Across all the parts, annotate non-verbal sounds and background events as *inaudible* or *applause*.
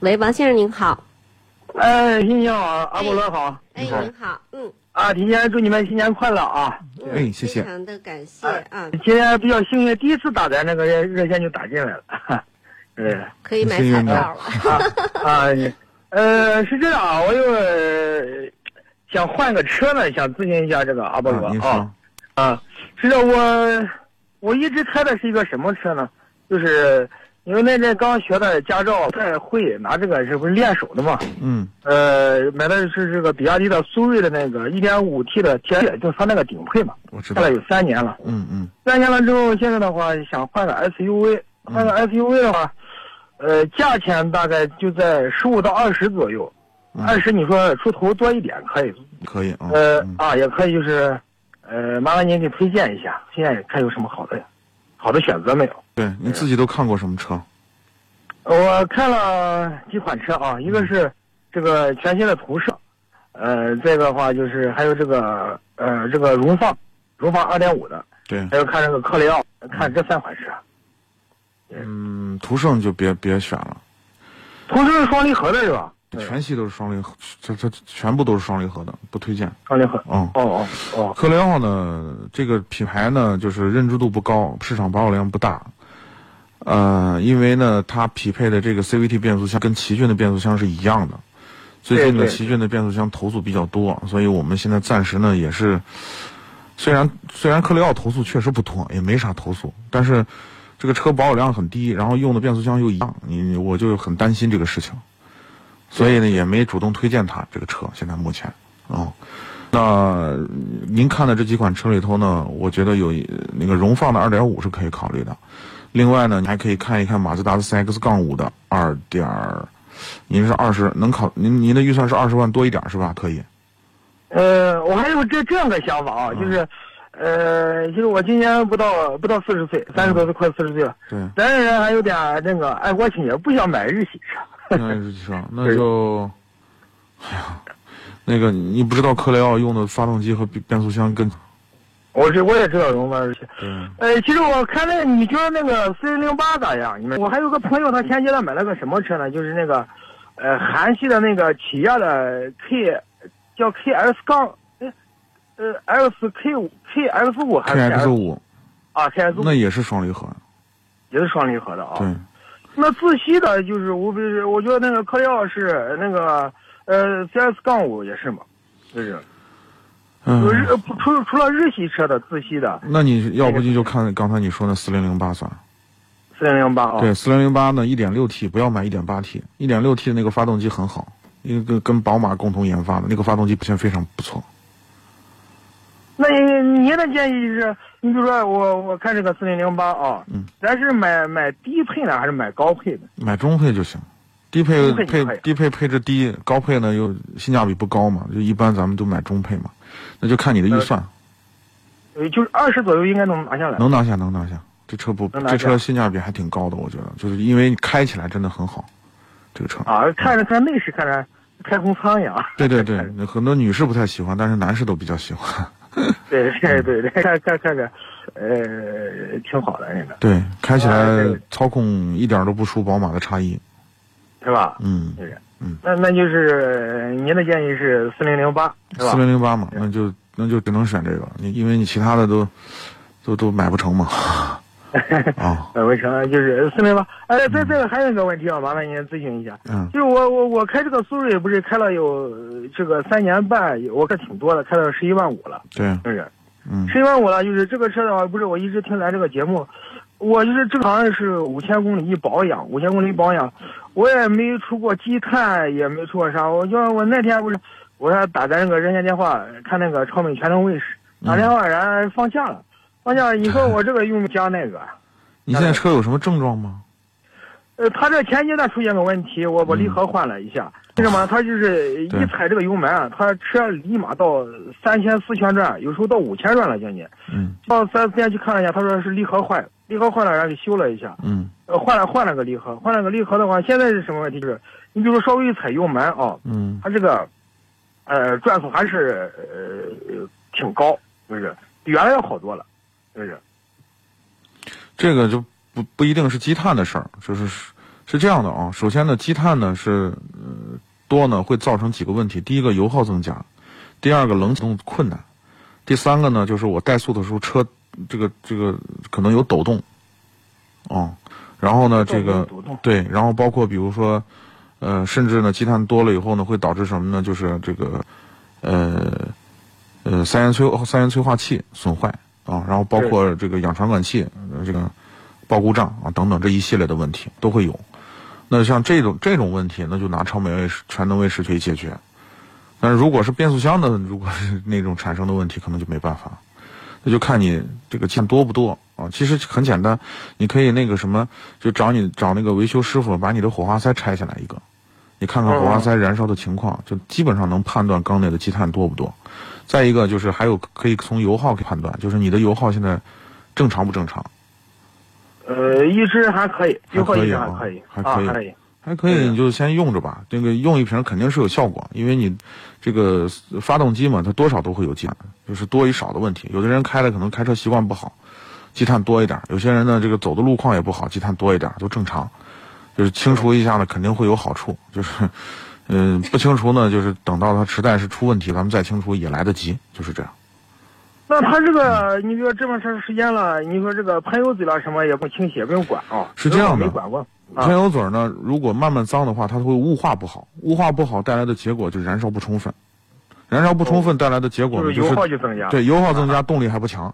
喂，王先生您好。哎，新年好，阿波罗好，哎，好您好，嗯，啊，提前祝你们新年快乐啊！嗯哎谢谢非常的感谢哎啊，嗯今天比较幸运，第一次打咱那个热热线就打进来了， *laughs* 哈对可以买谢谢彩您票了。啊，你呃，是这样啊，我又呃想换个车呢，想咨询一下这个阿波罗啊，您啊说，啊，是的，我我一直开的是一个什么车呢？就是因为那阵刚学的驾照，不太会拿这个，是不是练手的嘛？嗯，呃，买的是这个比亚迪的苏瑞的那个 1.5T 的 T，就是它那个顶配嘛，我知开道了，有三年了。嗯嗯三年了之后，现在的话想换个 SUV，换嗯个 SUV 的话，呃，价钱大概就在十五到二十左右，嗯二十你说出头多一点可以，可以啊，呃嗯啊也可以，就是，呃，麻烦您给推荐一下，现在看有什么好的，好的选择没有？对，你自己都看过什么车？我看了几款车啊，一个是这个全新的途胜，呃，这个的话就是还有这个呃这个荣放，荣放二点五的，对，还有看这个克雷奥，看这三款车。嗯，途胜就别别选了，途胜是双离合的是吧？全系都是双离合，这这这全部都是双离合的，不推荐。双离合。嗯，哦哦哦，克雷奥呢，这个品牌呢，就是认知度不高，市场保有量不大。呃，因为呢，它匹配的这个 CVT 变速箱跟奇骏的变速箱是一样的。最近对呢，对奇骏的变速箱投诉比较多，所以我们现在暂时呢也是，虽然虽然克雷奥投诉确实不多，也没啥投诉，但是这个车保有量很低，然后用的变速箱又一样，你你我就很担心这个事情，所以呢也没主动推荐它这个车，现在目前啊、那您看的这几款车里头呢，我觉得有一那个荣放的2.5是可以考虑的，另外呢，你还可以看一看马自达的 CX 杠五的2点儿，您是二十，能考您您的预算是二十万多一点儿是吧？可以，呃，我还有这这样的想法啊，就是，呃，就是我今年不到不到四十岁，三十多岁快四十岁了，对，咱这人还有点那个爱国情节，不想买日系车。那是车，那就，哎呀，那个你不知道克雷奥用的发动机和变变速箱跟，我这我也知道荣放日系。对，呃，其实我看那你觉得那个 C 零八咋样？你们我还有个朋友，他前阶段买了个什么车呢？就是那个，呃，韩系的那个起亚的 K，叫 KS 杠，哎呃，LK 五 KX 五还是 KX 五，啊 KS 五那也是双离合，也是双离合的啊。对，那自吸的就是无非是，我觉得那个克雷奥是那个呃 CS 杠五也是嘛，就是有日嗯，不除除了日系车的自吸的那你要不你就看刚才你说那四零零八算了。四零零八啊，对，四零零八呢，一点六 T 不要买一点八 T，一点六 T 的那个发动机很好，因为跟跟宝马共同研发的那个发动机表现非常不错。那您您的建议是，你比如说我我看这个四零零八啊，嗯，咱是买买低配呢还是买高配的？买中配就行，低配中配配就可以低配配置低，高配呢又性价比不高嘛，就一般咱们都买中配嘛，那就看你的预算，呃，就是二十左右应该能拿下来。能拿下能拿下，这车不呃能拿这车下性价比还挺高的，我觉得，就是因为你开起来真的很好，这个车。啊，看着看内饰，看着太空舱一样。对对对，很多女士不太喜欢，但是男士都比较喜欢。 *laughs* *laughs* 对对对对，看看看着，呃，挺好的那个，对，开起啊来对操控一点都不输宝马的差异。是吧？嗯。就是，嗯，那那就是您的建议是四零零八，是吧四？零零八嘛，对那就那就只能选这个，你因为你其他的都都都买不 *laughs* 成嘛。啊，呃，围城就是四零八。哎，这这个还有一个问题啊，麻烦您咨询一下。嗯就是我我我开这个苏瑞不是开了有呃这个三年半，有我看挺多的，开到十一万五了，对，就是嗯十一万五了。就是这个车的话，不是我一直听咱这个节目，我就是这个好像是五千公里一保养，五千公里一保养，我也没出过积碳，也没出过啥。我就我那天不是我说打咱那个热线电话看那个超美全能卫士，打电话然后放假了。方向你说我这个用不加那个，你现在车有什么症状吗？呃，它这前阶段出现个问题，我我离合换了一下，为什么？它就是嗯哦对一踩这个油门啊，它车立马到三千四千转，有时候到五千转了将近。嗯到四 S 店去看了一下，他说是离合坏，了，离合坏了，然后给修了一下，嗯呃，换了换了个离合，换了个离合的话，现在是什么问题？就是你比如说稍微一踩油门啊，嗯它这个，呃，转速还是呃挺高，就是比原来要好多了，就是。这个就不不一定是积碳的事儿，就是是是这样的啊。首先呢，积碳呢是呃多呢会造成几个问题：第一个油耗增加，第二个冷启动困难，第三个呢就是我怠速的时候车这个这个可能有抖动，啊、然后呢这个抖动对，然后包括比如说呃，甚至呢积碳多了以后呢会导致什么呢？就是这个呃呃三元催三元催化器损坏啊，然后包括这个氧传感器呃这个爆故障啊等等这一系列的问题都会有。那像这种这种问题，那就拿超美卫士全能卫士可以解决。但是如果是变速箱的，如果是那种产生的问题，可能就没办法。那就看你这个钱多不多啊。其实很简单，你可以那个什么，就找你找那个维修师傅，把你的火花塞拆下来一个，你看看火花塞燃烧的情况，就基本上能判断缸内的积碳多不多。再一个就是还有可以从油耗判断，就是你的油耗现在正常不正常？呃，一直还可以，还油耗可以一直啊还可以，还啊可以可以。还可以，对你就先用着吧。这个用一瓶肯定是有效果，因为你这个发动机嘛，它多少都会有积碳，就是多与少的问题。有的人开了可能开车习惯不好，积碳多一点；有些人呢，这个走的路况也不好，积碳多一点，都正常。就是清除一下呢，肯定会有好处。就是，嗯、不清除呢，就是等到它实在是出问题，咱们再清除也来得及，就是这样。那它这个，你比如说这么长时间了，你说这个喷油嘴了什么也不清洗，也不用管啊。是这样的没管过啊喷油嘴儿呢，如果慢慢脏的话，它会雾化不好，雾化不好带来的结果就是燃烧不充分，燃烧不充分带来的结果哦就呢是就油是耗就增加。对，油耗增加，动力还不强，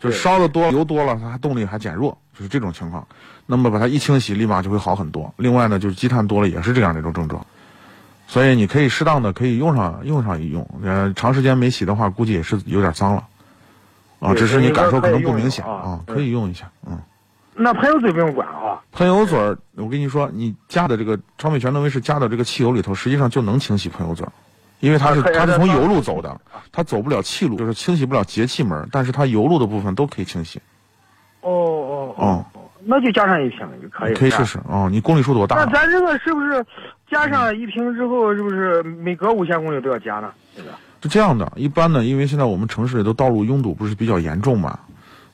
就对烧的多，油多了，它动力还减弱，就是这种情况。那么把它一清洗，立马就会好很多。另外呢，就是积碳多了也是这样的一种症状，所以你可以适当的可以用上用上一用，呃，长时间没洗的话，估计也是有点脏了，啊，对只是所以你感受说可可以能不用明一显下啊可以用一下，嗯。那喷油嘴不用管啊。喷油嘴儿，我跟你说，你加的这个超美全能卫士加到这个汽油里头，实际上就能清洗喷油嘴儿，因 *laughs* 为它是可以它是按从照油路走的，它走不了气路，就是清洗不了节气门儿，但是它油路的部分都可以清洗。嗯哦哦哦，那就加上一瓶就可以你了。可以试试哦。你公里数多大那了？咱这个是不是加上一瓶之后，是不是每隔五千公里都要加呢？这嗯个是这样的，一般呢，因为现在我们城市里头道路拥堵不是比较严重嘛，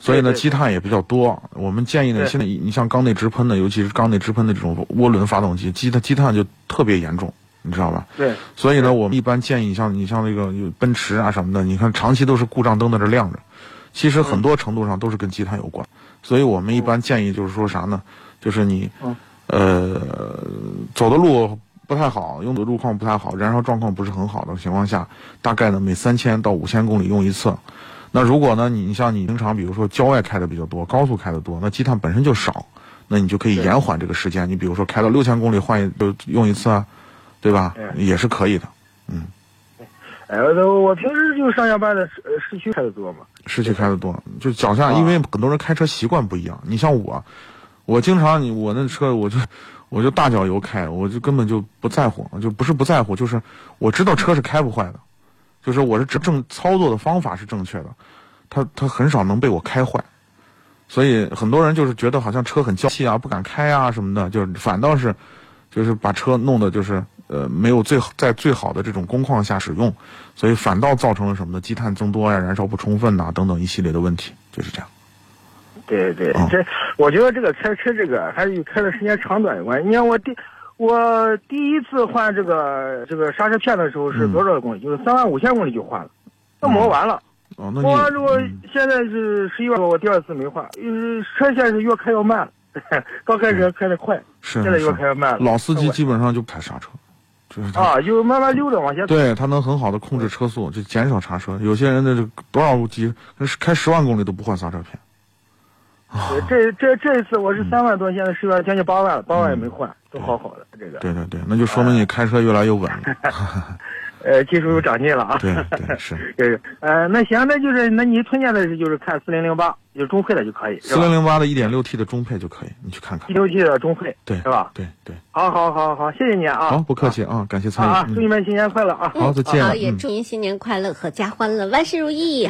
所以呢对对积碳也比较多。我们建议呢，对现在你像缸内直喷的，尤其是缸内直喷的这种涡轮发动机，积碳积碳就特别严重，你知道吧？对，所以呢，我们一般建议像你像那个有奔驰啊什么的，你看长期都是故障灯在这亮着，其实很多程度上都是跟积碳有关。所以我们一般建议就是说啥呢？就是你嗯，呃，走的路不太好，用的路况不太好，燃烧状况不是很好的情况下，大概呢每三千到五千公里用一次。那如果呢，你你像你平常比如说郊外开的比较多，高速开的多，那积碳本身就少，那你就可以对延缓这个时间。你比如说开到六千公里换一就用一次啊，对吧？对也是可以的。哎，我我平时就上下班的市呃市区开的多嘛。市区开的多，就脚下，啊因为很多人开车习惯不一样。你像我，我经常你我那车我就 *laughs* 我就大脚油开，我就根本就不在乎，就不是不在乎，就是我知道车是开不坏的，就是我是正正操作的方法是正确的，它它很少能被我开坏。所以很多人就是觉得好像车很娇气啊，不敢开啊什么的，就是反倒是就是把车弄得就是呃没有最好在最好的这种工况下使用，所以反倒造成了什么呢？积碳增多呀、燃烧不充分呐、等等一系列的问题，就是这样。对对嗯，这我觉得这个开车这个还是与开的时间长短有关。你看我第我第一次换这个这个刹车片的时候是嗯多少公里？就是三万五千公里就换了，那磨完了，哦，那你磨完之后嗯现在是十一万多，我第二次没换，呃，车现在是越开越慢了。 *laughs* 刚开始开的快，是现在越是开越慢了。嗯老司机快基本上就踩刹车，就是他、啊，就慢慢溜着往前走。对他能很好的控制车速，就减少刹车。有些人的这多少级开十万公里都不换刹车片，这这这一次我嗯是三万多，现在十万将近八万了，八万也没换，都好好的这个。 *laughs* 对对对，那就说明你开车越来越稳了。呃，技术又长进了啊。对对是。就是呃，那行，那就是那你推荐的是就是看四零零八，就是中配的就可以， *laughs* 是四吧零？零八的一点六 T 的中配就可以，你去看看一。六七的中配，对，是吧？对对，好好好好，谢谢你啊。好，不客气啊，感谢参啊啊！与。祝嗯你们新年快乐啊！ *laughs* 好，再 *laughs* 见。好，也嗯祝您新年快乐，阖家欢乐，万事如意。